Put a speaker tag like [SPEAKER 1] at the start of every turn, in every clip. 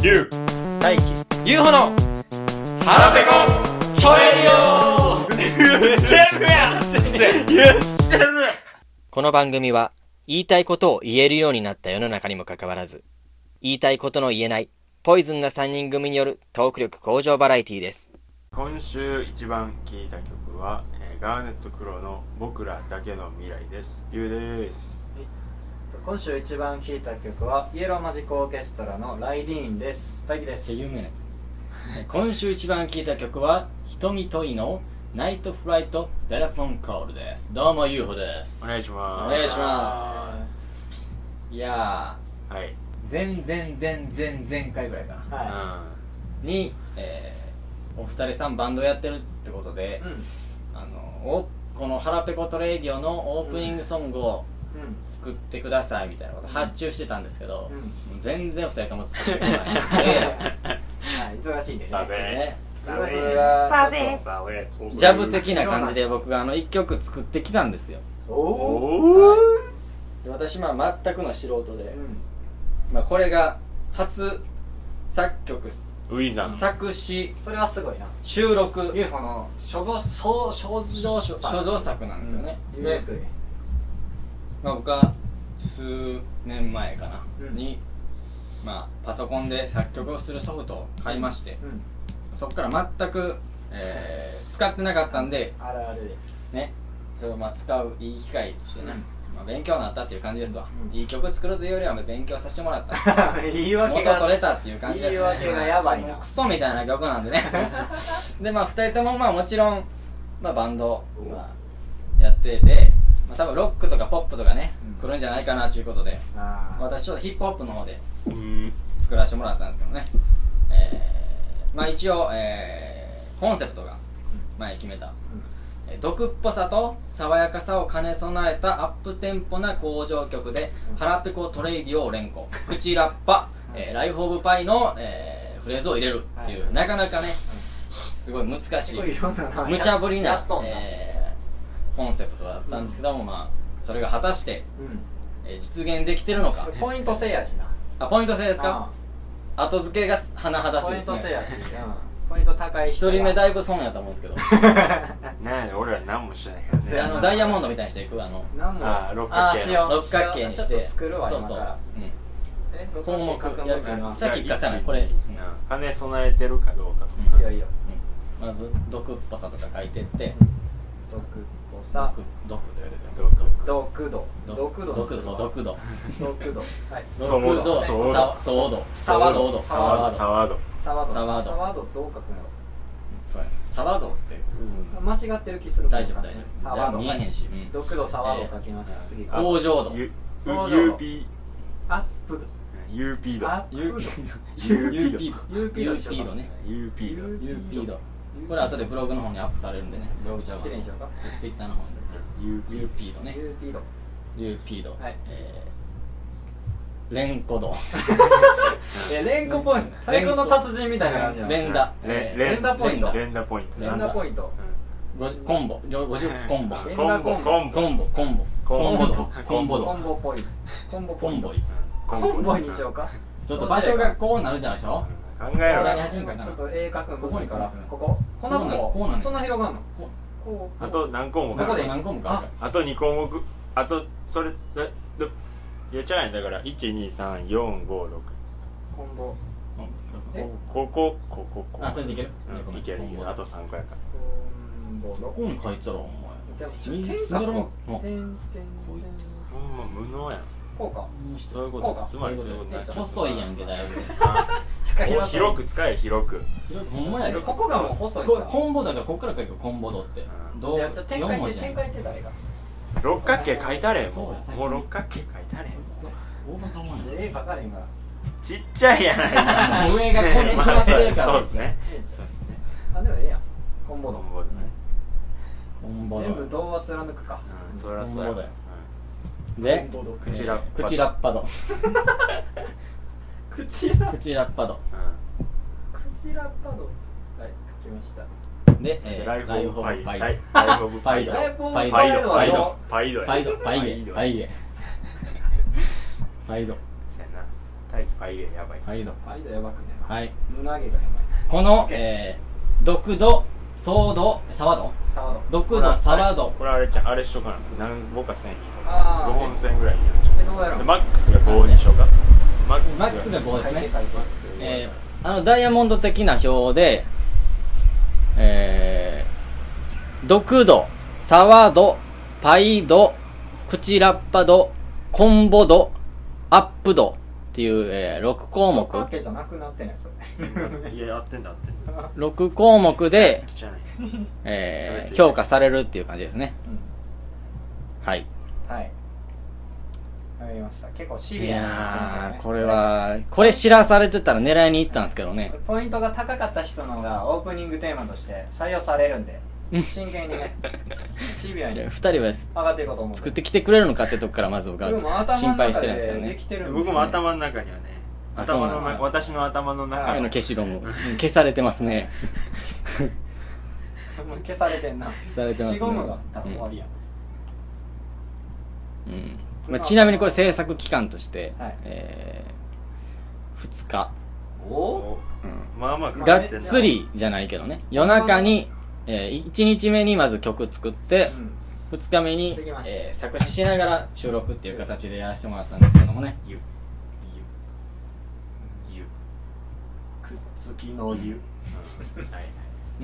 [SPEAKER 1] ゆう
[SPEAKER 2] 大輝ゆうほの
[SPEAKER 1] 腹ペコちょえよ言ってるやん言ってる
[SPEAKER 2] この番組は言いたいことを言えるようになった世の中にもかかわらず言いたいことの言えないポイズンな3人組によるトーク力向上バラエティーです
[SPEAKER 3] 今週一番聴いた曲は、えーガーネット・クロウの「僕らだけの未来」です。ゆうです。
[SPEAKER 4] 今週一番聴いた曲はイエローマジックオーケストラのライディーンです大輝です
[SPEAKER 2] 有名なやつ 今週一番聴いた曲は瞳といのナイトフライトテレフォンコールですどうもゆうほです
[SPEAKER 3] お願いします。
[SPEAKER 2] お願いしますいや
[SPEAKER 3] はい。
[SPEAKER 2] ー全然全然前回ぐらいかな
[SPEAKER 4] は
[SPEAKER 2] に、えーお二人さんバンドやってるってことで、
[SPEAKER 4] うん
[SPEAKER 2] あのおこの「腹ペコトレーディオ」のオープニングソングを
[SPEAKER 4] い
[SPEAKER 2] 作ってくださいみたいなこと発注してたんですけど、
[SPEAKER 4] うん
[SPEAKER 2] もう全然二人とも作ってこないので
[SPEAKER 4] はい忙しいんです
[SPEAKER 3] さ
[SPEAKER 2] ちょっとね
[SPEAKER 3] さ
[SPEAKER 4] そ
[SPEAKER 3] あ
[SPEAKER 4] れはちょっ
[SPEAKER 3] うん。
[SPEAKER 2] ジャブ的な感じで僕があの1曲作ってきたんですよ
[SPEAKER 4] とおお
[SPEAKER 3] おー
[SPEAKER 2] で私まあ全くの素人で、
[SPEAKER 4] うん
[SPEAKER 2] まあ、これが初作曲す
[SPEAKER 3] ウィザン。
[SPEAKER 2] 作詞
[SPEAKER 4] それはすごいな
[SPEAKER 2] 収録
[SPEAKER 4] UFO の所蔵所所蔵所
[SPEAKER 2] 所蔵作なんですよね、
[SPEAKER 4] うん
[SPEAKER 2] で
[SPEAKER 4] よく
[SPEAKER 2] まあ、僕は数年前かな、
[SPEAKER 4] うん
[SPEAKER 2] に、まあ、パソコンで作曲をするソフトを買いまして、
[SPEAKER 4] うん
[SPEAKER 2] そっから全く、えー使ってなかったんで
[SPEAKER 4] あるあるです
[SPEAKER 2] ねそれをまあ使ういい機会としてね、
[SPEAKER 4] うん
[SPEAKER 2] まあ、勉強になったっていう感じですわ、
[SPEAKER 4] うん
[SPEAKER 2] いい曲作るというよりは勉強させてもらった
[SPEAKER 4] 言い訳
[SPEAKER 2] 元
[SPEAKER 4] が
[SPEAKER 2] 取れたっていう感じですね
[SPEAKER 4] 言い訳がやばいな
[SPEAKER 2] クソみたいな曲なんで ねでまあ2人ともまあもちろん、まあ、バンド、まあ、やってて、まあ、多分ロックとかポップとかね、
[SPEAKER 4] う
[SPEAKER 2] 来
[SPEAKER 4] ん
[SPEAKER 2] るんじゃないかなということで
[SPEAKER 4] あー
[SPEAKER 2] 私ちょっとヒップホップの方で
[SPEAKER 3] うん。
[SPEAKER 2] 作らせてもらったんですけどね、えーまあ一応、えーコンセプトが前決めた、えー毒っぽさと爽やかさを兼ね備えたアップテンポな工場曲で、
[SPEAKER 4] うん
[SPEAKER 2] 腹ペコトレイディオ連呼口ラッパ、
[SPEAKER 4] うん
[SPEAKER 2] えーライフ・オブ・パイの、えーフレーズを入れるっていう、
[SPEAKER 4] はい
[SPEAKER 2] なかなかね、すごい難し
[SPEAKER 4] す
[SPEAKER 2] い
[SPEAKER 4] ごいいろんな名前
[SPEAKER 2] 無茶ぶり
[SPEAKER 4] や
[SPEAKER 2] な
[SPEAKER 4] っとんな
[SPEAKER 2] えーコンセプトだったんですけども、まあそれが果たして、
[SPEAKER 4] うん
[SPEAKER 2] えー実現できてるのか
[SPEAKER 4] ポイント制やしな
[SPEAKER 2] あポイント制ですか、
[SPEAKER 4] うん
[SPEAKER 2] 後付けが甚だしい
[SPEAKER 4] ポイ
[SPEAKER 2] で
[SPEAKER 4] ン
[SPEAKER 2] す
[SPEAKER 4] ト制
[SPEAKER 2] ね
[SPEAKER 4] やし、うん、ポイント高い
[SPEAKER 2] 一
[SPEAKER 4] 人
[SPEAKER 2] 人目
[SPEAKER 4] だ
[SPEAKER 2] だいぶ損やと思うんです けど
[SPEAKER 3] なんやねん俺ら何もしてないから
[SPEAKER 4] せ
[SPEAKER 2] で
[SPEAKER 3] ね。
[SPEAKER 4] や
[SPEAKER 2] あのダイヤモンドみたいにしていくあの
[SPEAKER 4] 何 も
[SPEAKER 3] あー六角形の
[SPEAKER 4] あーしよう
[SPEAKER 2] 六角形にして
[SPEAKER 4] ちょっと作るわ
[SPEAKER 2] そうそう
[SPEAKER 4] 今からえ
[SPEAKER 2] う
[SPEAKER 4] 六
[SPEAKER 2] ん項目
[SPEAKER 4] 角形
[SPEAKER 2] や
[SPEAKER 4] 角目
[SPEAKER 2] る
[SPEAKER 4] な
[SPEAKER 2] さっき言ったかなこれ、うん
[SPEAKER 3] うん金備えてるかどうかと
[SPEAKER 4] いいよ
[SPEAKER 3] か。
[SPEAKER 4] いいよ
[SPEAKER 2] まず毒っぽさとか書いてって
[SPEAKER 4] 毒っぽさ
[SPEAKER 2] 毒毒と言われてる
[SPEAKER 3] どうか。
[SPEAKER 4] 毒度毒度
[SPEAKER 2] 毒そう毒度
[SPEAKER 4] 毒度 はい
[SPEAKER 3] そう
[SPEAKER 2] 毒度
[SPEAKER 3] そう度
[SPEAKER 2] さそう度そ
[SPEAKER 4] 沢
[SPEAKER 2] う
[SPEAKER 4] 度
[SPEAKER 2] 度
[SPEAKER 3] サワ
[SPEAKER 4] 沢
[SPEAKER 3] ド。サ
[SPEAKER 2] 沢度
[SPEAKER 3] ワド。
[SPEAKER 4] 沢度
[SPEAKER 2] 沢度
[SPEAKER 4] 沢度どう書くの
[SPEAKER 2] そうやね沢度ってうん
[SPEAKER 4] 間違ってる気する
[SPEAKER 2] 大丈夫大丈夫
[SPEAKER 4] 沢度
[SPEAKER 2] 見えへんしうん
[SPEAKER 4] 毒度沢度書きました、
[SPEAKER 2] えー
[SPEAKER 4] 次
[SPEAKER 2] 工場度
[SPEAKER 3] ゆう
[SPEAKER 4] 工場
[SPEAKER 3] UP。
[SPEAKER 4] アップ
[SPEAKER 3] UP
[SPEAKER 4] 度
[SPEAKER 3] だ。
[SPEAKER 4] アップ
[SPEAKER 3] UP 度
[SPEAKER 2] UP 度ね
[SPEAKER 3] UP だ。
[SPEAKER 2] UP 度これ後でブログの方にアップされるんでねブログちゃうわ
[SPEAKER 4] 綺麗にしようか
[SPEAKER 2] ツツイッターの方に
[SPEAKER 3] UP。
[SPEAKER 2] UP 度
[SPEAKER 4] 度
[SPEAKER 2] ね
[SPEAKER 4] UP 度
[SPEAKER 2] UP 度
[SPEAKER 4] はい
[SPEAKER 2] えーレンコ度
[SPEAKER 4] えレンコポイント太鼓の達人みたいな感じなの
[SPEAKER 2] 連打え
[SPEAKER 3] レ
[SPEAKER 2] ー
[SPEAKER 3] 連
[SPEAKER 4] 連打ポイント
[SPEAKER 3] 連打ポイント。
[SPEAKER 4] 連打ポイント
[SPEAKER 2] 50コンボ両50コンボ
[SPEAKER 4] 連
[SPEAKER 3] コ
[SPEAKER 4] 打
[SPEAKER 3] ンボ
[SPEAKER 4] コンボ
[SPEAKER 3] コンボ
[SPEAKER 2] コンボコンボコンボ度コンボ
[SPEAKER 4] コン
[SPEAKER 2] 度
[SPEAKER 4] ボポイントコンボポ
[SPEAKER 2] コ
[SPEAKER 4] イ
[SPEAKER 2] ン
[SPEAKER 4] ント
[SPEAKER 2] ボイ
[SPEAKER 4] コンボにしようか
[SPEAKER 2] ちょっと場所がこうなるじゃないでしょ
[SPEAKER 3] 考えろ
[SPEAKER 2] 左
[SPEAKER 3] よ
[SPEAKER 2] 端にかな
[SPEAKER 4] ちょっと絵描くの
[SPEAKER 2] ここにかな
[SPEAKER 4] こここんなとこ
[SPEAKER 2] こうなの
[SPEAKER 4] そんな広がんの
[SPEAKER 2] こ
[SPEAKER 4] こう
[SPEAKER 3] あと何項目
[SPEAKER 2] こ
[SPEAKER 3] あ
[SPEAKER 4] こ
[SPEAKER 2] で
[SPEAKER 3] る
[SPEAKER 4] で
[SPEAKER 2] 何コンボか
[SPEAKER 3] あと2項目あとそれえどやっちゃないだから12345
[SPEAKER 4] コンボ
[SPEAKER 2] コンボ
[SPEAKER 4] え
[SPEAKER 3] こここここ
[SPEAKER 2] あそれでいける
[SPEAKER 3] うんいけるいけるあと3個やか
[SPEAKER 4] コンボ
[SPEAKER 2] そ
[SPEAKER 4] の
[SPEAKER 2] こに書いてたらお前
[SPEAKER 4] でもちょ
[SPEAKER 2] 右
[SPEAKER 4] 点
[SPEAKER 2] 詰めろ
[SPEAKER 4] か
[SPEAKER 2] うん
[SPEAKER 4] 点点
[SPEAKER 2] こいつ
[SPEAKER 3] らほんま無能やん
[SPEAKER 4] こうか
[SPEAKER 3] そういうこと
[SPEAKER 4] こうか
[SPEAKER 3] つまりそういうことになっちゃう
[SPEAKER 2] 細いやんけだ いぶ
[SPEAKER 3] あ
[SPEAKER 4] 近
[SPEAKER 3] こう
[SPEAKER 4] い
[SPEAKER 3] 広く使え広く
[SPEAKER 2] ほんまやろ
[SPEAKER 4] ここがもう細いんち
[SPEAKER 2] こ
[SPEAKER 4] ゃう
[SPEAKER 2] コンボだからこっから書くよコンボドって
[SPEAKER 3] うん
[SPEAKER 2] どう
[SPEAKER 4] じゃあちょっと展開
[SPEAKER 2] 四文
[SPEAKER 4] っ
[SPEAKER 2] 字
[SPEAKER 4] て
[SPEAKER 2] やね
[SPEAKER 4] 展開って誰が
[SPEAKER 3] 六角形書いたれ
[SPEAKER 2] そう
[SPEAKER 3] も
[SPEAKER 2] や
[SPEAKER 3] う
[SPEAKER 2] 最近
[SPEAKER 3] もう六角形書いたれ
[SPEAKER 2] そう大バカお前
[SPEAKER 4] 絵描かれへんから
[SPEAKER 3] ちっちゃいやないか
[SPEAKER 2] 上がこれ詰まってるから
[SPEAKER 3] そうですね
[SPEAKER 4] ええじ
[SPEAKER 3] そうですね
[SPEAKER 4] ゃんあでもええやんコンボ
[SPEAKER 3] コ
[SPEAKER 4] の
[SPEAKER 3] ンボだね
[SPEAKER 2] コンボド
[SPEAKER 4] 全部動は貫くか
[SPEAKER 3] うんそりゃそうや
[SPEAKER 2] コンボだよ
[SPEAKER 3] うん
[SPEAKER 2] で
[SPEAKER 4] コンボド
[SPEAKER 3] 口ラッパ
[SPEAKER 2] えー口ラッパド
[SPEAKER 4] 口ラ
[SPEAKER 2] 口ラッパド
[SPEAKER 3] う
[SPEAKER 4] 口ラッパドはい書きました
[SPEAKER 2] で、
[SPEAKER 3] ん
[SPEAKER 2] えー
[SPEAKER 3] ライフオブパイ
[SPEAKER 2] ライフ
[SPEAKER 3] ラ
[SPEAKER 2] オ
[SPEAKER 3] イ
[SPEAKER 2] ブ
[SPEAKER 3] ライフオブパ
[SPEAKER 2] パ
[SPEAKER 3] イ
[SPEAKER 2] イ
[SPEAKER 3] ド
[SPEAKER 2] ド
[SPEAKER 4] ライフオブ
[SPEAKER 2] パイド
[SPEAKER 3] パイド
[SPEAKER 4] パ
[SPEAKER 3] パイ
[SPEAKER 4] イ
[SPEAKER 3] ド
[SPEAKER 4] ド
[SPEAKER 3] パイドや
[SPEAKER 2] パイドパイゲパイゲパ
[SPEAKER 3] や
[SPEAKER 2] イド
[SPEAKER 3] そうやな
[SPEAKER 4] はい
[SPEAKER 3] ファイエやばい。
[SPEAKER 1] はいど
[SPEAKER 4] ファイドやばくね
[SPEAKER 1] はい
[SPEAKER 4] 胸毛がや
[SPEAKER 2] この、えー、毒度騒動沢度
[SPEAKER 4] ばいサワド
[SPEAKER 2] 毒度沢度
[SPEAKER 3] これあれじゃん、あれしとかな。何僕は1000人と
[SPEAKER 4] あ
[SPEAKER 3] か。
[SPEAKER 4] ー
[SPEAKER 3] 5本線ぐらいになるじ
[SPEAKER 4] えどう
[SPEAKER 3] ゃ
[SPEAKER 4] や
[SPEAKER 3] ん。
[SPEAKER 4] ろ
[SPEAKER 3] で
[SPEAKER 4] う
[SPEAKER 3] マックスが5にしようか。マックス
[SPEAKER 2] マックスが5です
[SPEAKER 4] 書い
[SPEAKER 2] ね
[SPEAKER 4] て書いて
[SPEAKER 3] マックスが5
[SPEAKER 2] えーあのダイヤモンド的な表で、えー、毒度、サワ度、パイ度、口ラッパ度、コンボ度、アップ度っていう、えー、6項
[SPEAKER 4] カー
[SPEAKER 2] 目。
[SPEAKER 4] テじゃなくなってないそれ
[SPEAKER 3] いや、やってんだって。
[SPEAKER 2] 6項目で、
[SPEAKER 3] じゃない。
[SPEAKER 2] えー、評価されるっていう感じですね。
[SPEAKER 4] うん
[SPEAKER 2] はい。
[SPEAKER 4] はいわかりました結構シ
[SPEAKER 2] い
[SPEAKER 4] ビアな
[SPEAKER 2] や
[SPEAKER 4] ね
[SPEAKER 2] ー、これは、これ知らされてたら狙いに行ったんですけどね。
[SPEAKER 4] ポイントが高かった人のがオープニングテーマとして採用されるんで
[SPEAKER 2] うん
[SPEAKER 4] 真剣に ねシビアに
[SPEAKER 2] 2
[SPEAKER 4] 上
[SPEAKER 2] 人は
[SPEAKER 4] がっていこうと思うんで
[SPEAKER 2] 作ってきてくれるのかってとこからまず僕は
[SPEAKER 4] 僕も頭
[SPEAKER 2] 心
[SPEAKER 4] の中
[SPEAKER 2] 配してるんですけどね。
[SPEAKER 4] できてるんで
[SPEAKER 3] 僕も頭の中にはね、
[SPEAKER 2] あ
[SPEAKER 3] 頭の
[SPEAKER 2] そうなんです
[SPEAKER 3] 中
[SPEAKER 2] か
[SPEAKER 3] 私の頭の中
[SPEAKER 2] 影の消しゴム消されてますね
[SPEAKER 4] もう消されてんな消
[SPEAKER 2] されてますね
[SPEAKER 4] ゴムが多分終わりや、
[SPEAKER 2] うん、まあ、ちなみにこれ制作期間として、
[SPEAKER 4] はい
[SPEAKER 2] えー、2日、
[SPEAKER 4] お
[SPEAKER 3] お
[SPEAKER 2] う
[SPEAKER 3] まあまあ
[SPEAKER 2] ん、
[SPEAKER 3] か
[SPEAKER 2] が
[SPEAKER 3] かてん
[SPEAKER 2] っ
[SPEAKER 3] な
[SPEAKER 2] つりじゃないけどね夜中に、えー、1日目にまず曲作って
[SPEAKER 4] うん
[SPEAKER 2] 2日目に
[SPEAKER 4] できま、した
[SPEAKER 2] えー、作詞しながら収録っていう形でやらせてもらったんですけどもね
[SPEAKER 3] ゆゆ
[SPEAKER 4] くっつきの湯
[SPEAKER 3] ゆはい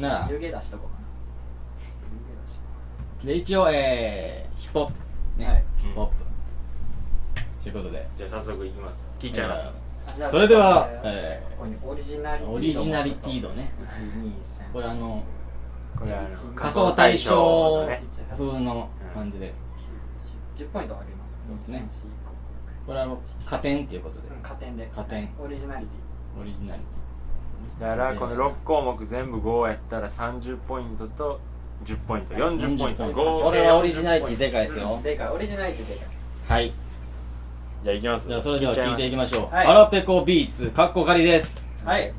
[SPEAKER 2] なら
[SPEAKER 4] 湯気出しとこうかな湯気出し
[SPEAKER 2] で一応、えー、ヒップホップね、
[SPEAKER 4] はい
[SPEAKER 2] ヒップホップということで
[SPEAKER 3] じゃあ早速いきます聞いちゃいます
[SPEAKER 4] あじゃあ
[SPEAKER 2] それでは
[SPEAKER 4] ちょっと
[SPEAKER 2] えー
[SPEAKER 4] ここにオリジナリティ
[SPEAKER 2] オリジナリティ度ね
[SPEAKER 4] 123
[SPEAKER 2] これあの
[SPEAKER 3] これあの
[SPEAKER 4] うん
[SPEAKER 2] 仮想対象
[SPEAKER 3] のね
[SPEAKER 2] 風の感じで、
[SPEAKER 4] 10ポイントあげます
[SPEAKER 2] そうですねこれはもう加点っていうことで
[SPEAKER 4] うん加点で
[SPEAKER 2] 加点
[SPEAKER 4] オリジナリティ
[SPEAKER 2] オリジナリティ
[SPEAKER 3] だからこの6項目全部5やったら30ポイントと10ポイント40ポイント
[SPEAKER 2] 40
[SPEAKER 3] 合計
[SPEAKER 2] これはオリジナリティ
[SPEAKER 3] 40
[SPEAKER 2] でかいですよ、
[SPEAKER 4] でかいオリジナリティでか
[SPEAKER 2] は
[SPEAKER 4] い
[SPEAKER 2] い
[SPEAKER 3] じゃあいきます
[SPEAKER 2] じゃあそれでは聞いていきましょう、
[SPEAKER 4] はい
[SPEAKER 2] アラペコビーツかっこかりです
[SPEAKER 4] はい。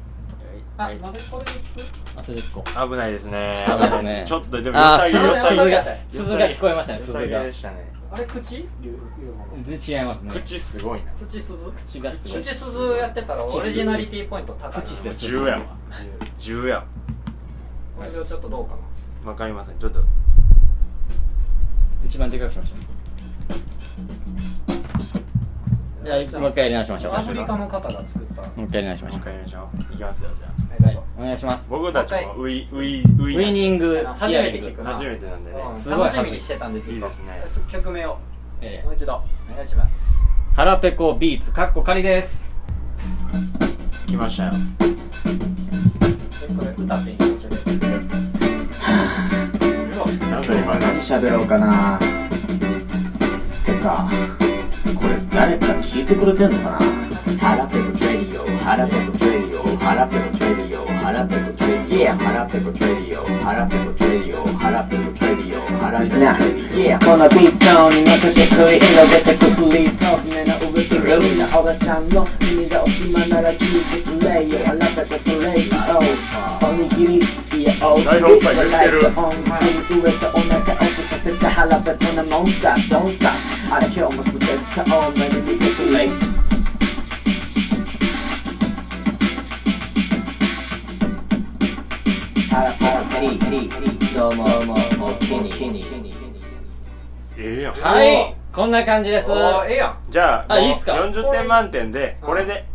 [SPEAKER 4] あ、
[SPEAKER 3] は
[SPEAKER 4] ま
[SPEAKER 3] い
[SPEAKER 4] ずこれで聞
[SPEAKER 2] あそれでこ
[SPEAKER 3] 危ないですね
[SPEAKER 2] 危ないですね
[SPEAKER 3] ちょっとでも
[SPEAKER 2] あー
[SPEAKER 3] 良さげ良
[SPEAKER 4] 鈴
[SPEAKER 3] さげ
[SPEAKER 4] が
[SPEAKER 2] 鈴が聞こえましたね鈴が
[SPEAKER 3] 良さげでしたね
[SPEAKER 4] くあれ口？龍龍の
[SPEAKER 2] う全然違いますね
[SPEAKER 3] 口すごいな
[SPEAKER 4] 口鈴？
[SPEAKER 2] 口がすごい
[SPEAKER 4] 口鈴やってたらオ
[SPEAKER 2] 口鈴
[SPEAKER 4] リジナリティポイント高いな。
[SPEAKER 2] 口鈴
[SPEAKER 3] 10やわ10やわ
[SPEAKER 4] これをちょっとどうかな。
[SPEAKER 3] わかりませんちょっと
[SPEAKER 2] 一番でかくしましょうじゃあもう一回やり直しましょう
[SPEAKER 4] アフリカの方が作った。
[SPEAKER 2] もう一回やり直しましょ
[SPEAKER 3] わかりましょういきますよじゃあ
[SPEAKER 4] えっと
[SPEAKER 2] うお願いします
[SPEAKER 3] 僕たちもウイウイウ
[SPEAKER 2] ウ
[SPEAKER 3] イ
[SPEAKER 2] ィニング
[SPEAKER 4] 初
[SPEAKER 2] ヒア
[SPEAKER 4] め
[SPEAKER 2] リ
[SPEAKER 4] て
[SPEAKER 2] ング
[SPEAKER 4] 聞くな。
[SPEAKER 3] 初めてなんでね
[SPEAKER 4] うん
[SPEAKER 2] すごい
[SPEAKER 4] 楽しみにしてたんでずっ
[SPEAKER 3] いい
[SPEAKER 4] と。
[SPEAKER 3] ですね
[SPEAKER 4] 曲名を
[SPEAKER 2] え
[SPEAKER 4] もう一度お願いします。
[SPEAKER 2] ー、ハラペコビーツかっこかりです
[SPEAKER 3] 来ましたよ
[SPEAKER 4] でこれ歌っていいの？ それ
[SPEAKER 3] なんだ今の
[SPEAKER 5] 喋ろうかなてかこれ誰か聞いてくれてんのかな腹ペコトレディオ腹ペコトレディオ腹ペコトレディオ腹ペコトレディオ腹ペコトレディオ腹ペコトレディオ腹ペコトレディオ腹ペコトレディオこのビートに乗せて繰り広げてくフリート胸の上でルーなおばさんの耳がお暇なら聞いてくれよ腹ペコトレディオおにぎりいやおにぎり
[SPEAKER 3] 大丈夫か言ってる
[SPEAKER 5] ライトオン上とお腹をすかせた腹ペコなモンスター Don't stop あれ今日も滑ったお前に見てくれパラパラパリパリどうもどうもお気に
[SPEAKER 3] ええやん
[SPEAKER 2] はいこんな感じです
[SPEAKER 4] おーええやん。
[SPEAKER 3] じゃあ
[SPEAKER 2] あ
[SPEAKER 3] もう
[SPEAKER 2] いいっすか
[SPEAKER 3] 40点満点でこれで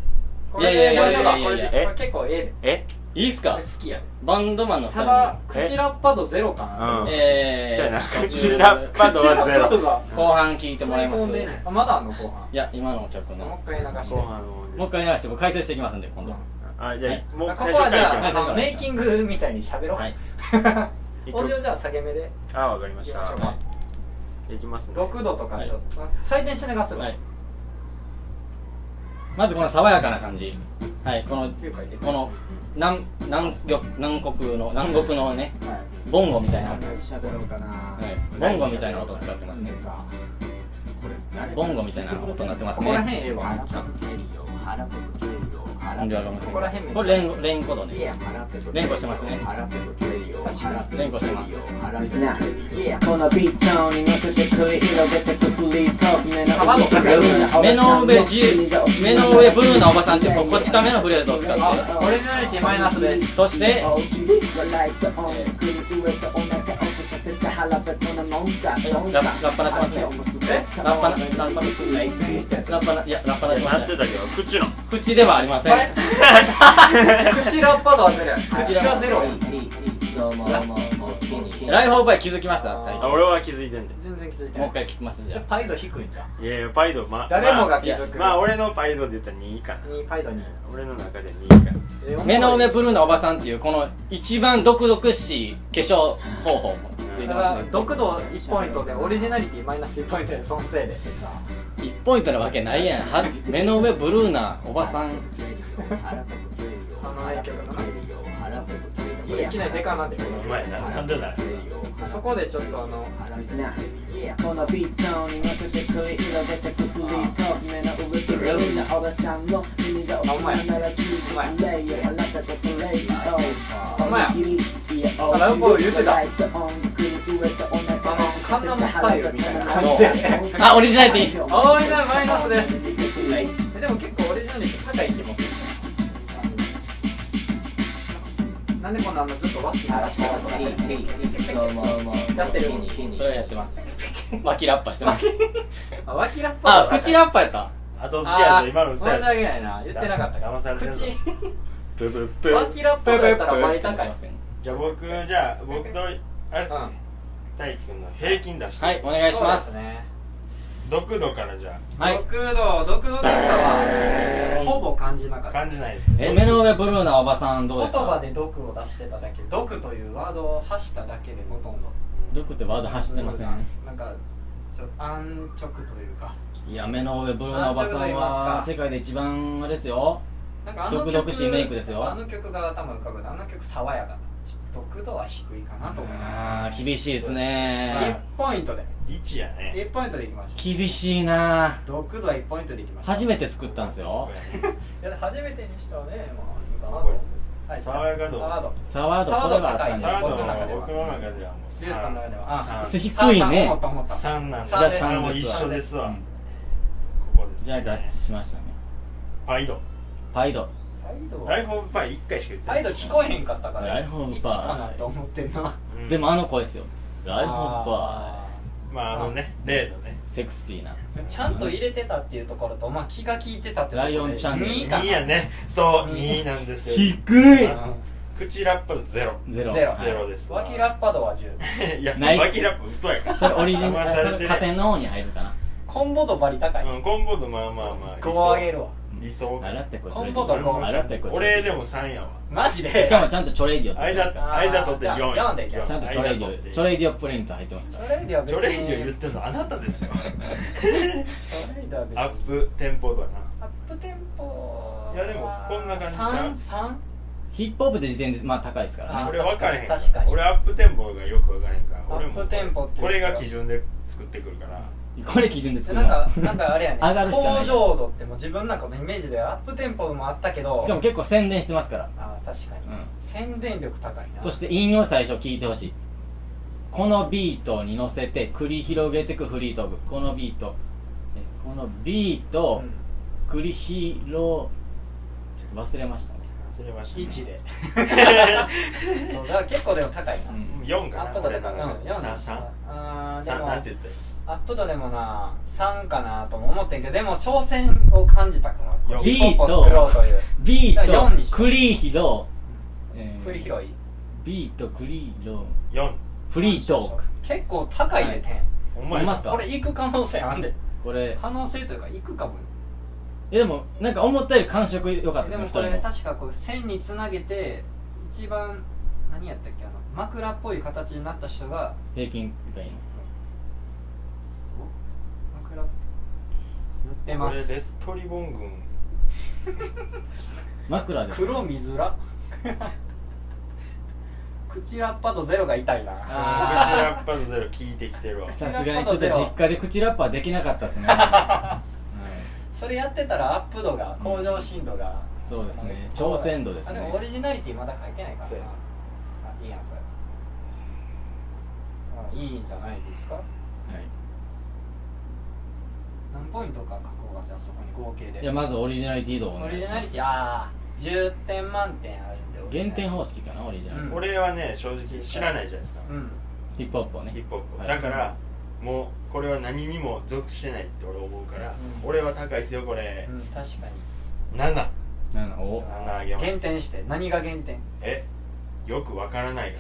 [SPEAKER 4] こ
[SPEAKER 2] いや
[SPEAKER 4] れ
[SPEAKER 2] いや
[SPEAKER 4] で
[SPEAKER 2] い
[SPEAKER 4] しま
[SPEAKER 2] やい
[SPEAKER 4] しょう
[SPEAKER 2] やいやいや
[SPEAKER 4] か。これでこれ結構ええで。
[SPEAKER 3] え
[SPEAKER 2] いいっす
[SPEAKER 4] こ
[SPEAKER 2] か
[SPEAKER 4] れ好きやで。
[SPEAKER 2] バンドマンの2人
[SPEAKER 4] た
[SPEAKER 2] に
[SPEAKER 4] だ
[SPEAKER 3] え
[SPEAKER 4] 口ラッパ度ゼロかな。
[SPEAKER 3] うん
[SPEAKER 2] え
[SPEAKER 3] そうやな
[SPEAKER 2] ー、途
[SPEAKER 3] 口
[SPEAKER 2] 中
[SPEAKER 3] ラッパ度はゼ
[SPEAKER 4] 口ラッパ度
[SPEAKER 3] ロ
[SPEAKER 4] が。
[SPEAKER 2] 後半聞いてもらいま
[SPEAKER 4] 食
[SPEAKER 2] す
[SPEAKER 4] い込んでんねんあまだあんの後半。
[SPEAKER 2] いや今の曲の
[SPEAKER 4] もう一回流して。
[SPEAKER 3] 後半を
[SPEAKER 2] もう一回流して僕解説していきますんで今度
[SPEAKER 3] あじゃあもう
[SPEAKER 4] ここ
[SPEAKER 3] 最初
[SPEAKER 4] は
[SPEAKER 3] か
[SPEAKER 4] じ
[SPEAKER 3] らいき
[SPEAKER 4] ゃ
[SPEAKER 3] ま
[SPEAKER 4] あ
[SPEAKER 3] す
[SPEAKER 2] 最初から行きましょう
[SPEAKER 4] あのメイキングみたいに喋ろう、
[SPEAKER 2] はい
[SPEAKER 4] オーディオじゃあ下げ目で
[SPEAKER 3] あわかりま
[SPEAKER 4] い
[SPEAKER 3] し
[SPEAKER 4] き
[SPEAKER 3] た
[SPEAKER 4] ましょう
[SPEAKER 3] は
[SPEAKER 4] か
[SPEAKER 3] いいきますね
[SPEAKER 4] 毒度とかちょっと採点しながらする
[SPEAKER 2] はいまずこの爽やかな感じはいこの
[SPEAKER 4] 9回で
[SPEAKER 2] この南南玉南国の南国のね
[SPEAKER 4] はい
[SPEAKER 2] ボンゴみたいな、はい、
[SPEAKER 5] 喋ろうかな
[SPEAKER 2] ボンゴみたいな音使ってますねボンゴみたいな音になってます
[SPEAKER 4] ここら
[SPEAKER 2] ね
[SPEAKER 4] 辺ええわ
[SPEAKER 5] 腹ペコトレディオ腹ペコトレディオ
[SPEAKER 2] でわかりません
[SPEAKER 4] ここら辺めっち
[SPEAKER 2] こ
[SPEAKER 4] ゃ
[SPEAKER 2] れ連呼連呼度ね
[SPEAKER 5] Yeah.
[SPEAKER 2] 連呼してますね連呼してます
[SPEAKER 5] Listen up. Yeah. このビートに乗せて繰り広げてくフリートーク目の上ブルーなおば
[SPEAKER 2] 目
[SPEAKER 5] さ
[SPEAKER 2] の
[SPEAKER 5] ん
[SPEAKER 2] 上じ目の上ブルーなおばさんってこうこっち亀のフレーズを使って
[SPEAKER 4] オリジナリティマイナスです
[SPEAKER 2] そしてラッラッパ鳴ってますねラッパラッパラッパラッパないやラッパ鳴ってま
[SPEAKER 1] なっ
[SPEAKER 2] す
[SPEAKER 1] て
[SPEAKER 2] ね
[SPEAKER 1] たけど口の
[SPEAKER 2] 口ではありません
[SPEAKER 4] 口ラッパと忘れる口がゼロ
[SPEAKER 5] どうもどうもお気に入り
[SPEAKER 2] ライフオーバー気づきました最
[SPEAKER 3] あ
[SPEAKER 2] 近
[SPEAKER 3] 俺は気づいてんで
[SPEAKER 4] 全然気づいてな
[SPEAKER 2] もう
[SPEAKER 4] い
[SPEAKER 2] 一回聞きますねじ
[SPEAKER 4] じゃ
[SPEAKER 2] ゃ
[SPEAKER 4] あパイド低いんじゃん
[SPEAKER 3] いやいやパイドま
[SPEAKER 4] 誰もが
[SPEAKER 3] ま
[SPEAKER 4] 気づく
[SPEAKER 3] あ、まあ俺のパイドで言ったら2かな
[SPEAKER 4] にパイドに
[SPEAKER 3] 俺の中で2か
[SPEAKER 2] あ目の上ブルーなおばさんっていうこの一番毒々しい化粧方法もついて
[SPEAKER 4] だか
[SPEAKER 2] ま
[SPEAKER 4] ら
[SPEAKER 2] すね
[SPEAKER 4] 独度1ポイントでオリジナリティマイナス1ポイントで損せいで
[SPEAKER 2] 一ポイントなわけないやんは 目の上ブルーなおばさん
[SPEAKER 4] あの愛曲だないきなりデカなんで
[SPEAKER 1] お前ななんでだよ
[SPEAKER 4] そこでちょっとあの
[SPEAKER 5] このビートに乗せて繰り広げてくフリートーク目の上ブルーなおばさんの耳がお
[SPEAKER 4] あお前
[SPEAKER 5] 前なら聞いてくれよあなたとプレイよ
[SPEAKER 4] お前
[SPEAKER 5] おにぎりいや
[SPEAKER 4] あラウポー言ってた
[SPEAKER 5] ライトオングリグリとお腹
[SPEAKER 4] あのカンナムスタイルみたいな感じで
[SPEAKER 2] あオリジナリティ
[SPEAKER 4] あオリジナルマイナスですでも結構オリジナリティ高い気もするなんでこんなあのずっと脇鳴らしてるのかやってる
[SPEAKER 2] それはやってます脇ラッパしてます
[SPEAKER 4] あ脇ラッパ
[SPEAKER 2] あ口ラッパやった
[SPEAKER 1] 後付けや
[SPEAKER 4] あ
[SPEAKER 1] ぞ
[SPEAKER 4] ー
[SPEAKER 1] 今の嘘や
[SPEAKER 4] 申し訳ないな言ってなかった
[SPEAKER 1] 騙されてるぞ
[SPEAKER 4] 口
[SPEAKER 1] プープープー
[SPEAKER 4] 脇ラッパだったら割り高い
[SPEAKER 3] じゃあ僕じゃあ僕とあれですね大輝くんの平均出して
[SPEAKER 2] はいお願いします
[SPEAKER 4] そうですね
[SPEAKER 3] 毒度からじゃ
[SPEAKER 2] はい
[SPEAKER 4] 独度独度検査はほぼ感じなか
[SPEAKER 3] あ
[SPEAKER 4] った
[SPEAKER 3] 感じないです
[SPEAKER 2] え目の上ブルーなおばさんどう
[SPEAKER 4] 言
[SPEAKER 2] でした
[SPEAKER 4] 葉で毒を出してただけ毒というワードを発しただけでほとんど
[SPEAKER 2] 毒ってワード走ってません
[SPEAKER 4] なんかちょ安直というか
[SPEAKER 2] いや目の上ブルーなおばさんは世界で一番あれですよ
[SPEAKER 4] なんかあの曲
[SPEAKER 2] 毒々しいメイクですよ
[SPEAKER 4] あの曲が頭浮かぶあの曲爽やかだちょっと毒度は低いかなと思い
[SPEAKER 2] あ
[SPEAKER 4] ます
[SPEAKER 2] ー厳しいです
[SPEAKER 4] 1
[SPEAKER 2] ね
[SPEAKER 4] ポイントで
[SPEAKER 3] 1やね
[SPEAKER 4] 1ポイントでいきましょ
[SPEAKER 2] 厳しいな
[SPEAKER 4] う毒度は1ポイントでいきましょう
[SPEAKER 2] 初めて作ったんですよ
[SPEAKER 4] いや初めてにしてはねまあいいかな
[SPEAKER 3] これ
[SPEAKER 4] とはい
[SPEAKER 3] 爽やか度
[SPEAKER 4] 爽やか度
[SPEAKER 2] サワードこれがあったん
[SPEAKER 3] サ
[SPEAKER 2] で
[SPEAKER 3] ー
[SPEAKER 2] す
[SPEAKER 3] ド
[SPEAKER 2] よ
[SPEAKER 3] は僕の中ではもう
[SPEAKER 4] ジュースさんの中ではあ
[SPEAKER 2] す
[SPEAKER 4] さ
[SPEAKER 2] 低い
[SPEAKER 4] さ
[SPEAKER 2] ね
[SPEAKER 4] 思った思った
[SPEAKER 3] 3なんで
[SPEAKER 4] じ
[SPEAKER 3] じ
[SPEAKER 4] ゃ
[SPEAKER 3] ゃ
[SPEAKER 4] あ
[SPEAKER 3] あ
[SPEAKER 4] 三です
[SPEAKER 3] 3も一緒ですわ、ここです、ね、
[SPEAKER 2] じゃあ合致しましたね
[SPEAKER 3] パイド
[SPEAKER 2] パイド
[SPEAKER 4] ライド
[SPEAKER 3] ライフオブパイ1回しか言ってな
[SPEAKER 4] ラ
[SPEAKER 3] い
[SPEAKER 4] イド聞こえへんかったから
[SPEAKER 2] ライフオブパー
[SPEAKER 4] 一かなと思ってんな
[SPEAKER 3] うん
[SPEAKER 2] でもあの声ですよライフオブパ
[SPEAKER 4] あ
[SPEAKER 3] まああのね例のね
[SPEAKER 2] ーセクシーな
[SPEAKER 4] ーちゃんと入れてたっていうところとまあ気が利いてたってところで
[SPEAKER 2] ライオンちゃん
[SPEAKER 4] 2かな
[SPEAKER 3] 2やねそう2なんですよ
[SPEAKER 2] 低
[SPEAKER 3] 口ラップゼロ
[SPEAKER 2] ゼロ
[SPEAKER 4] ゼロ
[SPEAKER 3] ゼロです
[SPEAKER 4] 脇ラッパ度は10
[SPEAKER 3] いや
[SPEAKER 2] ナイス
[SPEAKER 3] 脇ラップ嘘やから
[SPEAKER 2] それオリジ
[SPEAKER 3] 騙
[SPEAKER 2] ナルそ
[SPEAKER 3] されて
[SPEAKER 2] れ
[SPEAKER 3] る
[SPEAKER 2] 加点の方に入るかな
[SPEAKER 4] コンボ度バリ高い
[SPEAKER 3] うんコンボ度まあまあまあ
[SPEAKER 4] 5上げるわ
[SPEAKER 3] 理想
[SPEAKER 2] 洗ってこいそれ
[SPEAKER 4] コンボとコンボ
[SPEAKER 2] 洗ってこい
[SPEAKER 3] 俺でも3やわ
[SPEAKER 4] マジで
[SPEAKER 2] しかもちゃんとチョレイディオって言ってますか
[SPEAKER 3] 間間取って4
[SPEAKER 4] あー四でいけ
[SPEAKER 2] らちゃんとチョレイディオチョレイディオプリント入ってますか
[SPEAKER 4] ト
[SPEAKER 2] ら
[SPEAKER 4] レイディは別
[SPEAKER 3] チョ
[SPEAKER 4] に
[SPEAKER 3] レイディオ言ってるのあなたですよ
[SPEAKER 4] トレイディは別に
[SPEAKER 3] アップテンポ度やな
[SPEAKER 4] アップテンポ
[SPEAKER 3] いやでもこんな感じちゃう
[SPEAKER 4] 3
[SPEAKER 2] ヒップホップって時点でまあ高いですからね
[SPEAKER 3] 俺分かれへんら
[SPEAKER 4] 確かに
[SPEAKER 3] 俺アップテンポがよく分からへんから俺も
[SPEAKER 4] アップテンポっていうか
[SPEAKER 3] これが基準で作ってくるから
[SPEAKER 2] これ基準で作る
[SPEAKER 4] なん
[SPEAKER 2] の
[SPEAKER 4] かなんかあれやね
[SPEAKER 2] 上がるしかない
[SPEAKER 4] 向上度ってもう自分なんかのイメージでアップテンポもあったけど
[SPEAKER 2] しかも結構宣伝してますから
[SPEAKER 4] あー確かに、
[SPEAKER 2] うん
[SPEAKER 4] 宣伝力高いな
[SPEAKER 2] そして引用最初聞いてほしいこのビートに乗せて繰り広げてくフリートークこのビートえこのビート
[SPEAKER 4] う
[SPEAKER 2] を
[SPEAKER 4] ん
[SPEAKER 2] 繰り広ちょっと忘れましたね
[SPEAKER 3] 忘れました、
[SPEAKER 4] 1で そうだから結構でも高いな、
[SPEAKER 2] うん
[SPEAKER 3] 4か
[SPEAKER 4] ア
[SPEAKER 3] な
[SPEAKER 4] ップ度
[SPEAKER 3] 俺
[SPEAKER 4] で
[SPEAKER 3] の
[SPEAKER 4] 高いな
[SPEAKER 3] 中で
[SPEAKER 4] 4でした
[SPEAKER 3] 33
[SPEAKER 4] あーで
[SPEAKER 3] 三
[SPEAKER 4] も
[SPEAKER 3] なんて言って
[SPEAKER 4] アップ度でもな3かなとも思ってんけどでも挑戦を感じたかな
[SPEAKER 3] 四
[SPEAKER 4] ヒップホップ
[SPEAKER 2] ビート
[SPEAKER 4] を作ろうという
[SPEAKER 2] ビート
[SPEAKER 4] 4にしよう
[SPEAKER 2] 繰り広えー
[SPEAKER 4] 振り広い
[SPEAKER 2] ビート繰り広
[SPEAKER 3] た4
[SPEAKER 2] フリートーク
[SPEAKER 4] 結構高い
[SPEAKER 2] はい
[SPEAKER 4] ね
[SPEAKER 3] お
[SPEAKER 2] 思
[SPEAKER 3] 前
[SPEAKER 2] います
[SPEAKER 4] 点
[SPEAKER 2] か
[SPEAKER 4] これ行く可能性あんで
[SPEAKER 2] これ
[SPEAKER 4] 可能性というか行くかもよ
[SPEAKER 2] えでもなんか思ったより感触良かったで
[SPEAKER 4] です
[SPEAKER 2] ね
[SPEAKER 4] も
[SPEAKER 2] 2人
[SPEAKER 4] これ
[SPEAKER 2] も
[SPEAKER 4] 確かこう線につなげて一番何やったっけあの枕っぽい形になった人が
[SPEAKER 2] 平均がいいの
[SPEAKER 4] 枕っ塗ってま
[SPEAKER 3] これレッ
[SPEAKER 4] す
[SPEAKER 3] ドリボン軍
[SPEAKER 2] 枕です
[SPEAKER 4] 黒水ら 口ラッパとゼロが痛いな
[SPEAKER 3] 口ラッパーゼロ聞いてきてるわ
[SPEAKER 2] さすがにちょっと実家で口ラッパ はできなかったですね、はい
[SPEAKER 4] それやってたらアップ度が向上深度が
[SPEAKER 2] そうですね挑戦度です
[SPEAKER 4] あ
[SPEAKER 2] ね
[SPEAKER 4] でもオリジナリティまだ書いてないから
[SPEAKER 6] そうやな
[SPEAKER 4] あいいやんそれあいいんじゃないですか何ポイントか確保がじゃあそこに合計で
[SPEAKER 2] いやまずオリジナリティ度をお
[SPEAKER 4] オ
[SPEAKER 2] 願い
[SPEAKER 4] リ
[SPEAKER 2] しま
[SPEAKER 4] ジ
[SPEAKER 2] す
[SPEAKER 4] ナリティああ10点満点あるんで俺ね
[SPEAKER 2] 減点方式かなオリジナリティ、
[SPEAKER 4] うん
[SPEAKER 3] 俺はね正直知らないじゃないですか
[SPEAKER 4] うん
[SPEAKER 2] ヒップホップをね
[SPEAKER 3] ヒップホップを
[SPEAKER 2] はい
[SPEAKER 3] だからもうこれは何にも属してないって俺思うから
[SPEAKER 4] うん
[SPEAKER 3] 俺は高いですよこれ
[SPEAKER 4] うん確かに
[SPEAKER 3] 7
[SPEAKER 2] なんかお
[SPEAKER 3] 7あげます
[SPEAKER 4] 減点して何が減点
[SPEAKER 3] えよくわからないよ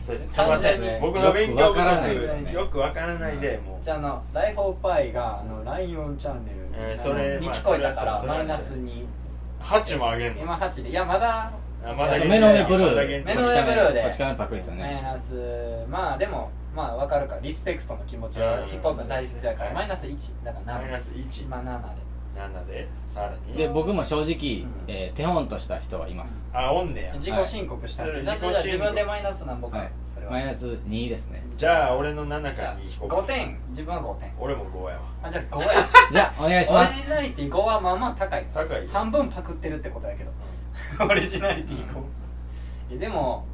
[SPEAKER 3] そうですねすい
[SPEAKER 4] 完
[SPEAKER 3] ませ
[SPEAKER 4] 全に
[SPEAKER 3] ん僕の勉強
[SPEAKER 2] よくわからないです
[SPEAKER 4] よ
[SPEAKER 3] 不
[SPEAKER 4] ね
[SPEAKER 3] 足よくわからないでもう
[SPEAKER 4] じゃああのライフオーパイがあのライオンチャンネル
[SPEAKER 3] えーそれ
[SPEAKER 4] あのに
[SPEAKER 3] まあ
[SPEAKER 4] 聞こえたから
[SPEAKER 3] それはそ
[SPEAKER 4] マイ
[SPEAKER 3] う
[SPEAKER 4] ナス2
[SPEAKER 3] 8もあげんの
[SPEAKER 4] 今8でいやまだ
[SPEAKER 3] あ
[SPEAKER 2] あ
[SPEAKER 3] ま
[SPEAKER 2] と目の上ブル
[SPEAKER 3] まだ
[SPEAKER 2] ー
[SPEAKER 3] 限
[SPEAKER 4] 目
[SPEAKER 3] 定
[SPEAKER 4] の上ブルーで
[SPEAKER 2] パチカネパクリですよ
[SPEAKER 4] マイ
[SPEAKER 2] ね
[SPEAKER 4] ナスまあでもまあわかるからリスペクトの気持ち
[SPEAKER 3] う
[SPEAKER 4] は
[SPEAKER 3] ん
[SPEAKER 4] ヒップホップ大切や
[SPEAKER 3] は
[SPEAKER 4] から
[SPEAKER 3] い
[SPEAKER 4] マイナス1だから
[SPEAKER 3] マイナ
[SPEAKER 4] 7
[SPEAKER 3] ス
[SPEAKER 4] 今
[SPEAKER 3] 17
[SPEAKER 4] 7で
[SPEAKER 3] でさらに
[SPEAKER 2] で僕も正直、
[SPEAKER 4] うん
[SPEAKER 2] えー手本とした人はいます、
[SPEAKER 3] あおんねや
[SPEAKER 4] 自己申告したん
[SPEAKER 3] はい
[SPEAKER 4] でじゃあそれは自分でマイナスなんぼか
[SPEAKER 2] はい
[SPEAKER 4] それは
[SPEAKER 2] マイナス2ですね
[SPEAKER 3] じゃあ俺の7
[SPEAKER 4] じ
[SPEAKER 3] か
[SPEAKER 4] ゃ
[SPEAKER 3] ら
[SPEAKER 4] あ
[SPEAKER 3] 2引こうか
[SPEAKER 4] 5点自分は5点
[SPEAKER 3] 俺も5やわ
[SPEAKER 4] あじゃあ5や
[SPEAKER 2] じゃあお願いし
[SPEAKER 4] オ
[SPEAKER 2] ま
[SPEAKER 4] リ
[SPEAKER 2] す
[SPEAKER 4] ジナリティ5はまあまあ高い
[SPEAKER 3] 高い
[SPEAKER 4] 半分パクってるってことやけどオリジナリティ5いやでも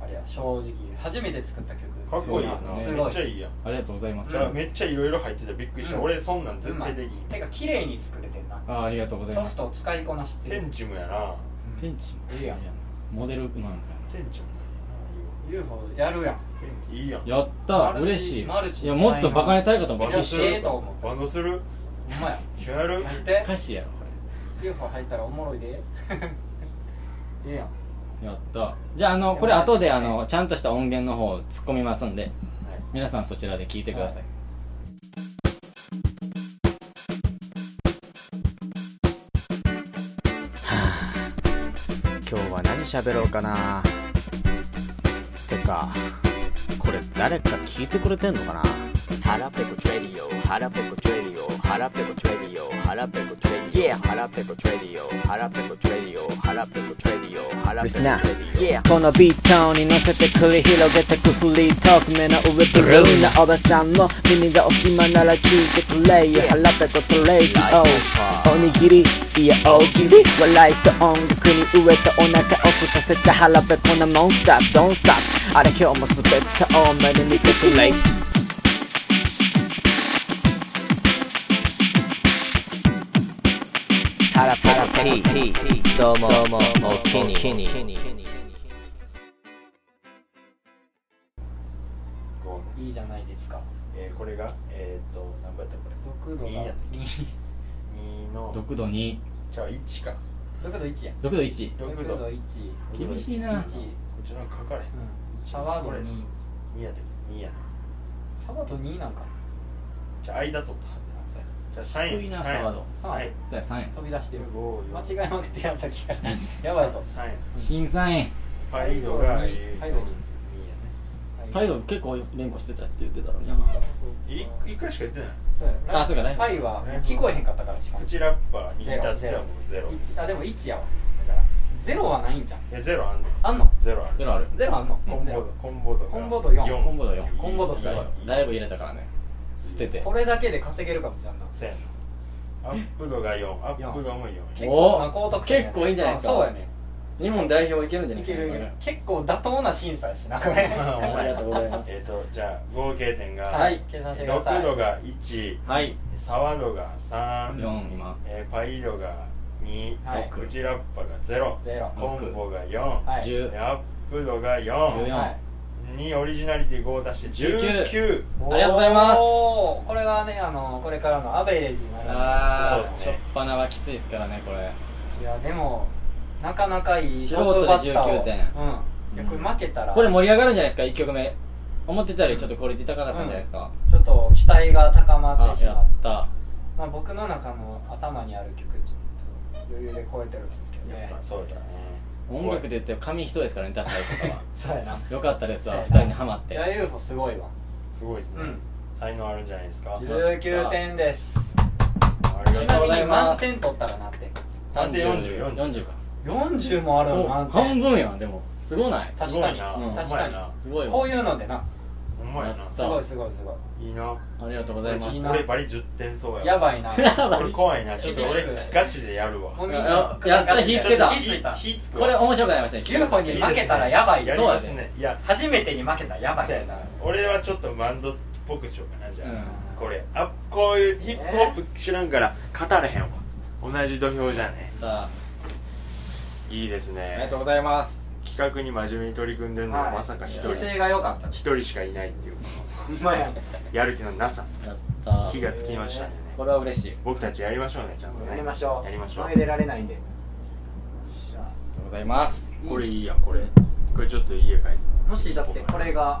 [SPEAKER 4] あれや正直初めて作った曲
[SPEAKER 3] かっこいいです
[SPEAKER 2] そう
[SPEAKER 3] な
[SPEAKER 2] です
[SPEAKER 4] ね
[SPEAKER 3] めっちゃいいやん
[SPEAKER 2] ありがとうございます、
[SPEAKER 3] じゃあめっちゃいろいろ入ってたびっくりした、
[SPEAKER 4] うん
[SPEAKER 3] 俺そんなん絶対でき
[SPEAKER 4] うんまあてか綺麗に作れてんな
[SPEAKER 2] あーありがとうござい
[SPEAKER 4] ソ
[SPEAKER 2] ま
[SPEAKER 4] フ
[SPEAKER 2] す
[SPEAKER 4] トを使いこなして
[SPEAKER 3] テ
[SPEAKER 4] る
[SPEAKER 3] ンチムやな
[SPEAKER 2] 天地も
[SPEAKER 4] いいやん
[SPEAKER 2] モデルなんか
[SPEAKER 3] テンチムなん
[SPEAKER 4] UFO やるやん
[SPEAKER 3] やなテンいいやん
[SPEAKER 2] やった
[SPEAKER 4] マ
[SPEAKER 2] ー
[SPEAKER 4] ルチ
[SPEAKER 2] 嬉しい
[SPEAKER 4] マルチ
[SPEAKER 2] いやもっとバカにされるかと思った
[SPEAKER 4] マ
[SPEAKER 2] 必
[SPEAKER 4] ルチ
[SPEAKER 2] 死
[SPEAKER 4] ええと思う
[SPEAKER 3] バンドする
[SPEAKER 4] ほんまや
[SPEAKER 3] 一緒やる
[SPEAKER 4] 入って
[SPEAKER 2] 歌詞やろ
[SPEAKER 4] UFO 入ったらおもろいで ええやん
[SPEAKER 2] やったじゃああのこれ後であのちゃんとした音源の方を突っ込みますんで、皆さんそちらで聞いてください、
[SPEAKER 7] 今日は何喋ろうかなてかこれ誰か聞いてくれてんのかな腹ペコトレディオ腹ペコトレディオ腹ペコトレディオ腹ペコトレディオ腹ペコトレディオ腹ペコトレディオ腹ペコトレディオ腹ペコトレディオ腹ペコトレディオ
[SPEAKER 5] リスナーこのビートに乗せて繰り広げてくフリートーク目の上ブルーなおばさんも耳がお暇なら聞いてくれよ腹ペコトレイディオおにぎりいや大喜利笑いと音楽に飢えたお腹を空かせた腹ペコなモンスタードンスターあれ今日も滑ったお前に見てくれ腹ペコ P どうもどうもおきに
[SPEAKER 3] こう
[SPEAKER 4] いいじゃないですか
[SPEAKER 3] えーこれがえーっと何番やったこれ
[SPEAKER 4] 6度が
[SPEAKER 3] いい やん
[SPEAKER 4] 6
[SPEAKER 3] 2の
[SPEAKER 2] 独度2
[SPEAKER 3] じゃあ1か
[SPEAKER 4] 度1や
[SPEAKER 2] 独度1
[SPEAKER 3] 6
[SPEAKER 4] 6
[SPEAKER 3] 度
[SPEAKER 4] 度
[SPEAKER 3] こ
[SPEAKER 4] 1
[SPEAKER 2] 厳しいな
[SPEAKER 4] 1
[SPEAKER 3] っちの方がかかれへん
[SPEAKER 4] シャワー
[SPEAKER 3] こ
[SPEAKER 4] ド
[SPEAKER 3] れ
[SPEAKER 4] に
[SPEAKER 3] です2やったっけ2やな
[SPEAKER 4] シャワード2なんか
[SPEAKER 3] じゃあ間取ったは
[SPEAKER 4] あそうや
[SPEAKER 3] ずだじゃあ
[SPEAKER 2] 得
[SPEAKER 3] 3
[SPEAKER 2] 意
[SPEAKER 3] 円
[SPEAKER 2] な
[SPEAKER 3] 3
[SPEAKER 2] サワード
[SPEAKER 3] 円3円
[SPEAKER 2] そうや3円
[SPEAKER 4] 飛び出してる間
[SPEAKER 3] 5
[SPEAKER 4] 違いまくってやんさっきから やばいぞ
[SPEAKER 3] 3円
[SPEAKER 2] 新3円
[SPEAKER 3] パイドがえー
[SPEAKER 4] パイドに
[SPEAKER 2] パイロ結構連呼してたって言ってたのに
[SPEAKER 3] 2やね1回しか言ってない
[SPEAKER 4] そうや
[SPEAKER 2] あそうかライフ
[SPEAKER 4] パイは聞こえへんかったからしかも
[SPEAKER 3] 口ラッパーに至って
[SPEAKER 4] ゼ
[SPEAKER 3] は
[SPEAKER 4] ロ
[SPEAKER 3] もうゼロい
[SPEAKER 4] 1あでも1やわだからゼロはないんじゃん
[SPEAKER 3] やゼロあんねん
[SPEAKER 4] あんの
[SPEAKER 3] ゼロある
[SPEAKER 2] ゼロある
[SPEAKER 4] ゼロあんの
[SPEAKER 3] コンボ
[SPEAKER 4] ゼ
[SPEAKER 3] ー
[SPEAKER 4] ロ
[SPEAKER 3] ドコンボードが
[SPEAKER 4] コンボード四
[SPEAKER 2] コンボード4
[SPEAKER 4] コンボードすごい
[SPEAKER 2] だいぶ入れたからね捨てて
[SPEAKER 4] これだけで稼げるかもしれんな
[SPEAKER 3] せやなアップ度が4アップ度も4
[SPEAKER 4] 結
[SPEAKER 2] お
[SPEAKER 4] 構な高得点やね
[SPEAKER 2] 結構いいんじゃないですか
[SPEAKER 4] あそうやね
[SPEAKER 2] 日本代表いけるんじゃ
[SPEAKER 4] いけるいける結構妥当な審査やしなこれ
[SPEAKER 3] まあお
[SPEAKER 2] あり
[SPEAKER 3] 前
[SPEAKER 2] がとうございます
[SPEAKER 3] えっとじゃあ合計点が
[SPEAKER 4] はい計算してください
[SPEAKER 3] 6度が1
[SPEAKER 2] はい
[SPEAKER 3] 沢度が3
[SPEAKER 2] 4今
[SPEAKER 3] えーパイ度が2
[SPEAKER 4] はい
[SPEAKER 3] クジラッパが0
[SPEAKER 4] ゼロ
[SPEAKER 3] コンボが4
[SPEAKER 4] はい
[SPEAKER 2] 10
[SPEAKER 3] でアップ度が
[SPEAKER 2] 14
[SPEAKER 3] 4
[SPEAKER 4] はい
[SPEAKER 3] にオリジナリティ5を足して19
[SPEAKER 2] ありがとうございます
[SPEAKER 4] おーこれがねあのこれからのアベレージになる
[SPEAKER 2] あ
[SPEAKER 3] そ
[SPEAKER 2] あ
[SPEAKER 3] うで
[SPEAKER 2] し
[SPEAKER 3] す
[SPEAKER 2] ょ
[SPEAKER 3] ね
[SPEAKER 2] っぱなはきついですからねこれ
[SPEAKER 4] いやでもなかなかいい
[SPEAKER 2] 素人で
[SPEAKER 4] トップバッターを
[SPEAKER 2] 19点
[SPEAKER 4] うんいやこれ負けたら
[SPEAKER 2] これ盛り上がるんじゃないですか1曲目思ってたよりちょっとクオリティ高かったんじゃないですか、
[SPEAKER 4] ちょっと期待が高まっ
[SPEAKER 2] あ
[SPEAKER 4] てし
[SPEAKER 2] や
[SPEAKER 4] まう
[SPEAKER 2] った
[SPEAKER 4] まあ僕の中の頭にある曲ちょっと余裕で超えてるんですけどね
[SPEAKER 3] そうですね
[SPEAKER 2] 音楽で言って紙一重ですからね出すとかは
[SPEAKER 4] そうやな
[SPEAKER 2] よかったですわ2
[SPEAKER 4] そうやな
[SPEAKER 2] 人にハマっ
[SPEAKER 4] い
[SPEAKER 2] て
[SPEAKER 4] や UFO すごいわ
[SPEAKER 3] すごいですね
[SPEAKER 4] うん
[SPEAKER 3] 才能あるんじゃないですか
[SPEAKER 4] 19点です
[SPEAKER 2] ちな
[SPEAKER 3] ありがと
[SPEAKER 2] み
[SPEAKER 3] う
[SPEAKER 2] に
[SPEAKER 4] 満点取ったら何点
[SPEAKER 2] 3040
[SPEAKER 3] 40
[SPEAKER 2] か
[SPEAKER 4] 40もあるの
[SPEAKER 2] お
[SPEAKER 4] 何
[SPEAKER 2] 半
[SPEAKER 4] 点
[SPEAKER 2] 分やんでもすごない
[SPEAKER 4] 確
[SPEAKER 3] すご
[SPEAKER 4] か
[SPEAKER 3] い
[SPEAKER 4] に
[SPEAKER 3] な
[SPEAKER 2] うん
[SPEAKER 4] 確かに
[SPEAKER 3] う
[SPEAKER 2] すごいわ
[SPEAKER 4] こういうのでな
[SPEAKER 3] ほんんまやな
[SPEAKER 2] やっ
[SPEAKER 8] す
[SPEAKER 2] た
[SPEAKER 8] ごいすごいすご
[SPEAKER 3] いいな
[SPEAKER 2] ありがとうございます
[SPEAKER 8] い
[SPEAKER 3] 俺
[SPEAKER 8] な
[SPEAKER 3] 俺バリ10点そうや
[SPEAKER 8] いやば いな
[SPEAKER 3] 俺怖いなちょっと俺
[SPEAKER 8] 厳しく
[SPEAKER 3] ガチでやるわ
[SPEAKER 8] もうみんな
[SPEAKER 2] ややった火つけた
[SPEAKER 8] 火ついた
[SPEAKER 3] 火つく
[SPEAKER 2] こ
[SPEAKER 3] わ
[SPEAKER 2] れ面白くなりましたね
[SPEAKER 8] UFO
[SPEAKER 3] いいで
[SPEAKER 8] に
[SPEAKER 3] すね
[SPEAKER 8] 負けたらやばい
[SPEAKER 3] やり
[SPEAKER 2] そ
[SPEAKER 8] ぞ
[SPEAKER 2] うだね
[SPEAKER 3] ますねいや
[SPEAKER 8] 初めてに負けたらやばい
[SPEAKER 3] そうやな俺はちょっとバンドっぽくしようかなじゃあ、
[SPEAKER 8] うん
[SPEAKER 3] これあこういうヒップホップ知らんから語れへんわ同じ土俵じゃね
[SPEAKER 2] さあ
[SPEAKER 3] いいです
[SPEAKER 2] ありが
[SPEAKER 3] ね
[SPEAKER 2] とうございます
[SPEAKER 3] 企画に真面目に取り組んでるのは
[SPEAKER 8] はい
[SPEAKER 3] まさか一人
[SPEAKER 8] 姿勢が良かった
[SPEAKER 3] 一人しかいないっていう
[SPEAKER 8] ほんまや
[SPEAKER 3] やる気のなさ
[SPEAKER 2] やった
[SPEAKER 3] 火がつきましたね
[SPEAKER 2] これは嬉しいあり
[SPEAKER 3] 僕たちやりましょうねちゃんとね
[SPEAKER 4] やりましょう
[SPEAKER 3] やりましょう
[SPEAKER 4] 前出られないんで
[SPEAKER 2] がとうございます
[SPEAKER 3] これいいやこれこれちょっと家帰って
[SPEAKER 4] もしだってこれがあ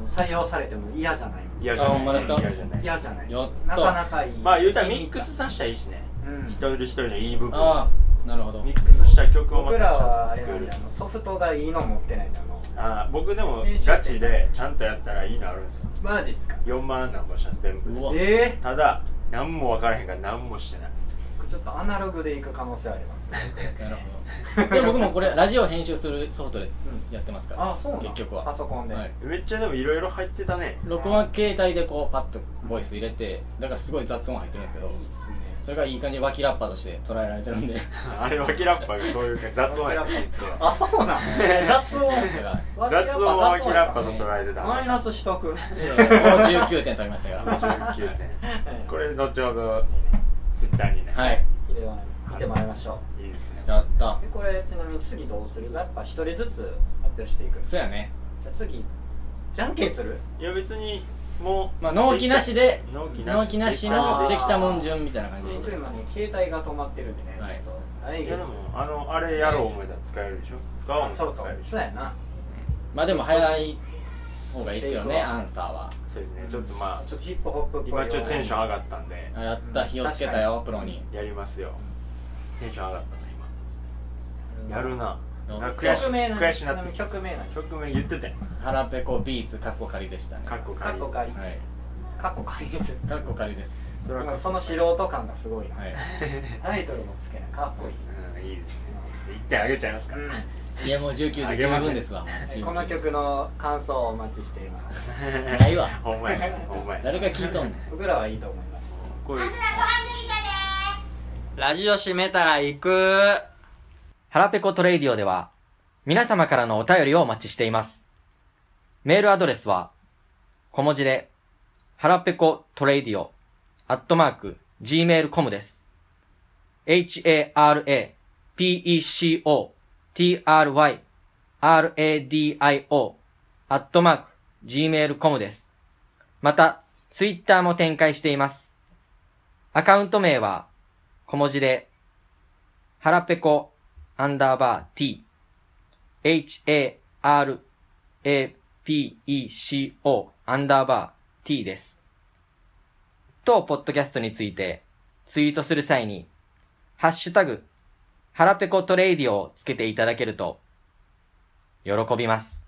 [SPEAKER 4] の採用されても嫌じゃない
[SPEAKER 3] 嫌じゃ
[SPEAKER 2] あほんま
[SPEAKER 3] な
[SPEAKER 2] で
[SPEAKER 3] い
[SPEAKER 2] すか
[SPEAKER 3] 嫌じゃない
[SPEAKER 4] 嫌じゃない
[SPEAKER 2] やっ
[SPEAKER 4] な
[SPEAKER 2] と
[SPEAKER 4] かなかいい
[SPEAKER 3] まあ言うたらミックスさせたらいいしね
[SPEAKER 4] うん
[SPEAKER 3] 一人一人のいい部分
[SPEAKER 2] ああなるほど
[SPEAKER 3] ミックスした曲をま
[SPEAKER 4] 僕
[SPEAKER 3] たちゃ
[SPEAKER 4] ら
[SPEAKER 3] ん
[SPEAKER 4] は
[SPEAKER 3] と
[SPEAKER 4] あれ
[SPEAKER 3] 作
[SPEAKER 4] なん
[SPEAKER 3] る
[SPEAKER 4] だよあのソフトがいいの持ってないんだもん
[SPEAKER 3] あー僕でも
[SPEAKER 4] 練習
[SPEAKER 3] ガチでちゃんとやったらいいのあるんですよ
[SPEAKER 4] マジっすか
[SPEAKER 3] 4万何本した全部
[SPEAKER 2] うわ
[SPEAKER 4] え
[SPEAKER 3] ただ何も分からへんから何もしてない
[SPEAKER 4] えちょっとアナログでいく可能性あり ますね
[SPEAKER 2] なるほどで僕もこれラジオ編集するソフトでやってますから、
[SPEAKER 4] あそうなん
[SPEAKER 2] 結局は
[SPEAKER 4] パソコンで、
[SPEAKER 2] はい
[SPEAKER 3] めっちゃでもいろいろ入ってたね
[SPEAKER 2] 録音は携帯でこうパッとボイス入れてだからすごい雑音入ってるんですけど
[SPEAKER 4] いいっすね
[SPEAKER 2] それがいい感じで脇ラッパーとして捉えられてるん で
[SPEAKER 3] あれ脇ラッパーがそういうか雑音やった実は
[SPEAKER 4] あそうなん 雑音
[SPEAKER 3] 雑音は脇ラッパーと捉えてた
[SPEAKER 4] マイナスしとく
[SPEAKER 2] 19点取りましたから
[SPEAKER 3] 19点これ後ほどツイッターにね
[SPEAKER 2] はい
[SPEAKER 8] 綺麗だね
[SPEAKER 4] 見てもらいましょ
[SPEAKER 3] いいですね
[SPEAKER 2] やった
[SPEAKER 4] うえこれちなみに次どうするやっぱ一人ずつ発表していくじ
[SPEAKER 2] そうやね
[SPEAKER 4] ゃあ次じゃんけんする
[SPEAKER 3] いや別にもう
[SPEAKER 2] まあ納期なしで
[SPEAKER 3] 納期なし
[SPEAKER 2] 納期なし
[SPEAKER 4] あ
[SPEAKER 2] の
[SPEAKER 4] ー
[SPEAKER 2] できたもん順みたいな感じでいいんじ
[SPEAKER 4] 僕
[SPEAKER 2] ゃない
[SPEAKER 4] 今ね携帯が止まってるんでね、
[SPEAKER 2] はい
[SPEAKER 4] ちょっと来
[SPEAKER 3] いや
[SPEAKER 4] 月
[SPEAKER 3] でもあのあれやろう思えたら使えるでしょ使おう思
[SPEAKER 4] あ
[SPEAKER 3] えた
[SPEAKER 4] そ
[SPEAKER 3] ら
[SPEAKER 4] うそ
[SPEAKER 3] 使え
[SPEAKER 4] う
[SPEAKER 3] るでしょ
[SPEAKER 4] そうやな
[SPEAKER 2] まあでも早い方がいいですけどねアンサーは
[SPEAKER 3] そうですねちょっとまあ
[SPEAKER 4] ちょっとヒップホップっぽい
[SPEAKER 3] 今ちょっとテンション
[SPEAKER 4] ン
[SPEAKER 3] 上がったんで
[SPEAKER 2] あやった火をつけたよプロに
[SPEAKER 3] やりますよテンション上がったな今やるな
[SPEAKER 2] うん
[SPEAKER 3] なんか悔し
[SPEAKER 4] 曲名な
[SPEAKER 3] 悔しな
[SPEAKER 4] ちな
[SPEAKER 3] っ
[SPEAKER 4] みに
[SPEAKER 3] て
[SPEAKER 4] 曲名な
[SPEAKER 3] 曲名言ってたよ
[SPEAKER 2] 腹ペコビーツかっこ仮でしたね
[SPEAKER 3] か
[SPEAKER 2] は
[SPEAKER 3] っこ
[SPEAKER 4] カ
[SPEAKER 3] か
[SPEAKER 4] ッコ
[SPEAKER 3] り
[SPEAKER 4] 仮
[SPEAKER 2] い
[SPEAKER 4] カッコ仮です
[SPEAKER 2] かっこ仮です
[SPEAKER 3] それはかっこ
[SPEAKER 4] その素人感がすごいな
[SPEAKER 2] はい
[SPEAKER 4] タイトルもつけないかっこいい
[SPEAKER 3] うんいいですね一点あげちゃいますか
[SPEAKER 2] いやもう19で十分ですわ
[SPEAKER 4] はいこの曲の感想をお待ちしています
[SPEAKER 2] ない わ
[SPEAKER 3] ほんまやほんまや
[SPEAKER 2] 誰が聞いとんねん
[SPEAKER 4] 僕らはいいと思いました
[SPEAKER 3] こういう
[SPEAKER 9] ラジオ閉めたら行く。
[SPEAKER 10] 腹ペコトレイディオでは、皆様からのお便りをお待ちしています。メールアドレスは、小文字で、腹ペコトレイディオ、アットマーク、gmail.com です。h-a-r-a-p-e-c-o t-r-y r-a-d-i-o、アットマーク、gmail.com です。また、ツイッターも展開しています。アカウント名は、小文字で、腹ペコアンダーバー t, h, a, r, a, p, e, c, o, アンダーバー t です。当ポッドキャストについてツイートする際に、ハッシュタグ、腹ペコトレイディオをつけていただけると、喜びます。